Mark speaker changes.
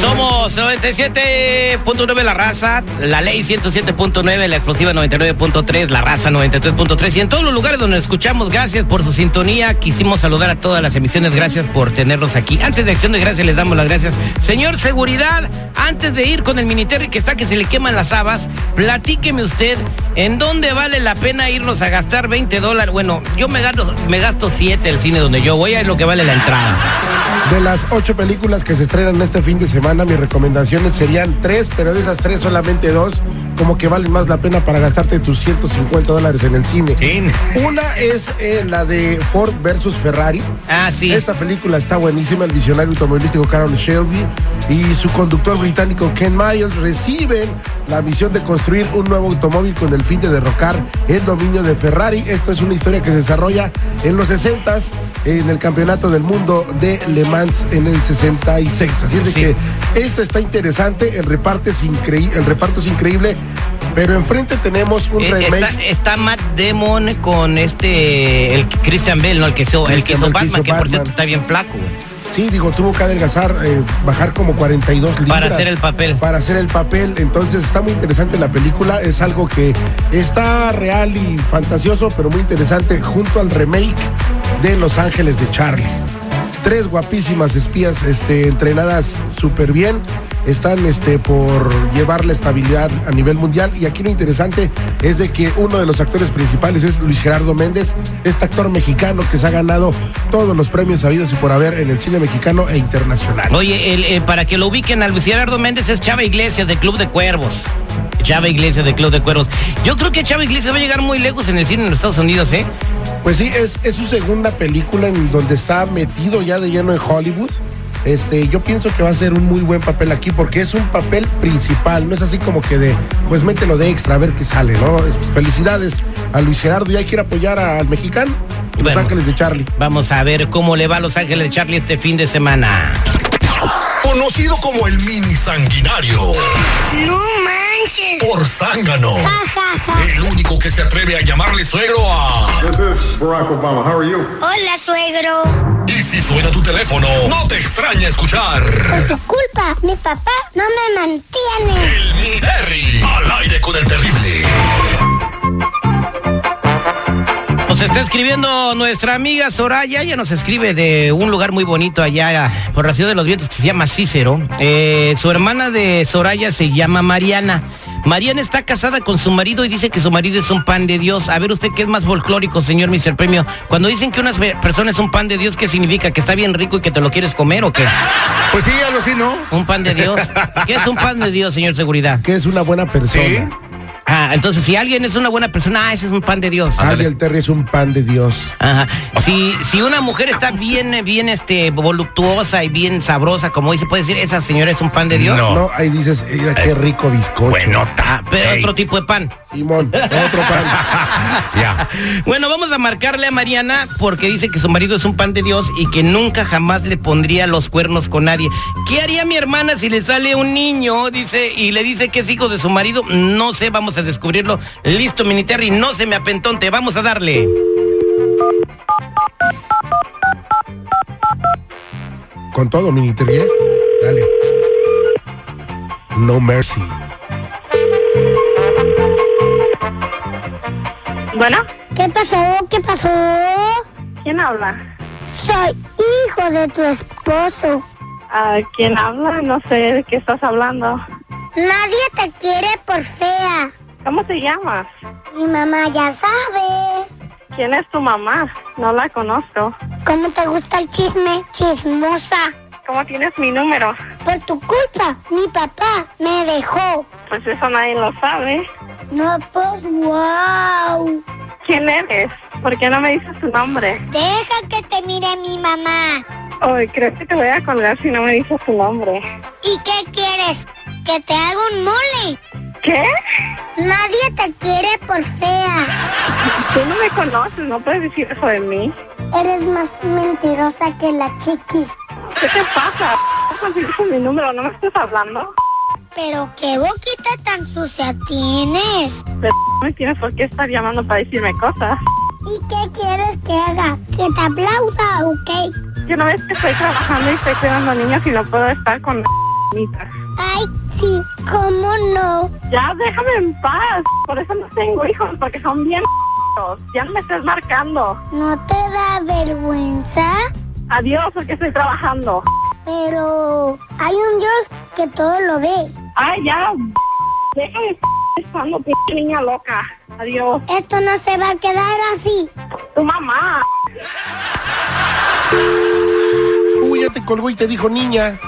Speaker 1: Somos 97.9 La Raza, La Ley 107.9, La Explosiva 99.3, La Raza 93.3 y en todos los lugares donde nos escuchamos, gracias por su sintonía. Quisimos saludar a todas las emisiones, gracias por tenerlos aquí. Antes de Acción de Gracias les damos las gracias. Señor Seguridad, antes de ir con el Miniterri que está que se le queman las habas, platíqueme usted en dónde vale la pena irnos a gastar 20 dólares. Bueno, yo me gasto, me gasto 7 el cine donde yo voy, es lo que vale la entrada.
Speaker 2: De las ocho películas que se estrenan este fin de semana, mis recomendaciones serían tres, pero de esas tres solamente dos, como que valen más la pena para gastarte tus 150 dólares en el cine.
Speaker 1: Chin.
Speaker 2: Una es eh, la de Ford versus Ferrari.
Speaker 1: Ah, sí.
Speaker 2: Esta película está buenísima. El visionario automovilístico Carol Shelby y su conductor británico Ken Miles reciben la misión de construir un nuevo automóvil con el fin de derrocar el dominio de Ferrari. Esto es una historia que se desarrolla en los 60s en el Campeonato del Mundo de Le Mans en el 66. Así es de
Speaker 1: Sí.
Speaker 2: que esta está interesante. El reparto es, increí- el reparto es increíble. Pero enfrente tenemos un
Speaker 1: Eh,
Speaker 2: remake.
Speaker 1: Está, está Matt Damon con este el Christian Bale, ¿no? El que hizo, el que
Speaker 2: Christian
Speaker 1: hizo
Speaker 2: Bale, que
Speaker 1: Batman,
Speaker 2: hizo
Speaker 1: que por
Speaker 2: Batman.
Speaker 1: cierto está bien flaco, güey.
Speaker 2: Sí, digo, tuvo que adelgazar, eh, bajar como 42 libras.
Speaker 1: Para hacer el papel.
Speaker 2: Para hacer el papel. Entonces está muy interesante la película. Es algo que está real y fantasioso, pero muy interesante, junto al remake de Los Ángeles de Charlie. Tres guapísimas espías este, entrenadas súper bien. Están este, por llevar la estabilidad a nivel mundial. Y aquí lo interesante es de que uno de los actores principales es Luis Gerardo Méndez, este actor mexicano que se ha ganado todos los premios sabidos y por haber en el cine mexicano e internacional.
Speaker 1: Oye, el, eh, para que lo ubiquen, a Luis Gerardo Méndez es Chava Iglesias de Club de Cuervos. Chava Iglesias de Club de Cuervos. Yo creo que Chava Iglesias va a llegar muy lejos en el cine en los Estados Unidos, ¿eh?
Speaker 2: Pues sí, es, es su segunda película en donde está metido ya de lleno en Hollywood. Este, yo pienso que va a ser un muy buen papel aquí porque es un papel principal, no es así como que de, pues mételo de extra a ver qué sale, ¿no? Felicidades a Luis Gerardo y hay que ir a apoyar al mexicano, Los
Speaker 1: Bueno.
Speaker 2: Ángeles de Charlie.
Speaker 1: Vamos a ver cómo le va a Los Ángeles de Charlie este fin de semana.
Speaker 3: Conocido como el mini sanguinario.
Speaker 4: ¡No manches!
Speaker 3: Por zángano. El único que se atreve a llamarle suegro a.
Speaker 5: This is Barack Obama. How are you?
Speaker 4: Hola, suegro.
Speaker 3: Y si suena tu teléfono, no te extraña escuchar.
Speaker 4: Por tu culpa, mi papá no me mantiene.
Speaker 3: El mini Terry. Al aire con el terrible.
Speaker 1: Nos está escribiendo nuestra amiga Soraya, ella nos escribe de un lugar muy bonito allá por la ciudad de los vientos que se llama Cícero. Eh, su hermana de Soraya se llama Mariana. Mariana está casada con su marido y dice que su marido es un pan de Dios. A ver usted qué es más folclórico, señor Mr. Premio. Cuando dicen que una pe- persona es un pan de Dios, ¿qué significa? ¿Que está bien rico y que te lo quieres comer o qué?
Speaker 6: Pues sí, algo así, ¿no?
Speaker 1: Un pan de Dios. ¿Qué es un pan de Dios, señor Seguridad?
Speaker 2: Que es una buena persona.
Speaker 1: Ah, entonces si alguien es una buena persona, ah, ese es un pan de Dios.
Speaker 2: Ariel Terry es un pan de Dios.
Speaker 1: Ajá. Si, si una mujer está bien, eh, bien este, voluptuosa y bien sabrosa, como dice, puede decir, esa señora es un pan de Dios.
Speaker 6: No.
Speaker 2: No, ahí dices, mira qué rico bizcocho.
Speaker 1: Ah, pero otro tipo de pan.
Speaker 2: Simón, otro pan.
Speaker 6: Ya.
Speaker 1: Bueno, vamos a marcarle a Mariana porque dice que su marido es un pan de Dios y que nunca jamás le pondría los cuernos con nadie. ¿Qué haría mi hermana si le sale un niño? Dice, y le dice que es hijo de su marido. No sé, vamos a descubrirlo. Listo, Miniterri, no se me apentonte, vamos a darle.
Speaker 2: Con todo, mini Terry, ¿eh? Dale. No mercy.
Speaker 7: Bueno,
Speaker 4: ¿Qué pasó? ¿Qué pasó?
Speaker 7: ¿quién habla?
Speaker 4: Soy hijo de tu esposo.
Speaker 7: ¿A Ah, quién habla? No sé de qué estás hablando.
Speaker 4: Nadie te quiere por fea.
Speaker 7: ¿Cómo te llamas?
Speaker 4: Mi mamá ya sabe.
Speaker 7: ¿Quién es tu mamá? No la conozco.
Speaker 4: ¿Cómo te gusta el chisme? Chismosa.
Speaker 7: ¿Cómo tienes mi número?
Speaker 4: Por tu culpa, mi papá me dejó.
Speaker 7: Pues eso nadie lo sabe.
Speaker 4: No, pues, wow.
Speaker 7: ¿Quién eres? ¿Por qué no me dices tu nombre?
Speaker 4: Deja que te mire mi mamá.
Speaker 7: Hoy creo que te voy a colgar si no me dices tu nombre.
Speaker 4: ¿Y qué quieres? ¿Que te haga un mole?
Speaker 7: ¿Qué?
Speaker 4: Nadie te quiere por fea.
Speaker 7: Tú no me conoces, no puedes decir eso de mí.
Speaker 4: Eres más mentirosa que la chiquis.
Speaker 7: ¿Qué te pasa? ¿Cómo conseguiste mi número? ¿No me estás hablando?
Speaker 4: Pero qué boquita mente tan sucia tienes?
Speaker 7: Pero no me tienes por qué estar llamando para decirme cosas.
Speaker 4: ¿Y qué quieres que haga? ¿Que te aplauda o qué?
Speaker 7: Que no ves que estoy trabajando y estoy cuidando niños y no puedo estar con niñitas.
Speaker 4: Ay, sí, ¿cómo no?
Speaker 7: Ya déjame en paz. Por eso no tengo hijos, porque son bien. Ya no me estés marcando.
Speaker 4: ¿No te da vergüenza?
Speaker 7: Adiós, porque estoy trabajando.
Speaker 4: Pero hay un Dios que todo lo ve.
Speaker 7: Ay, ya. Déjame de estar pensando, pinche niña loca. Adiós.
Speaker 4: Esto no se va a quedar así.
Speaker 7: Tu mamá.
Speaker 2: Uy, ya te colgó y te dijo niña.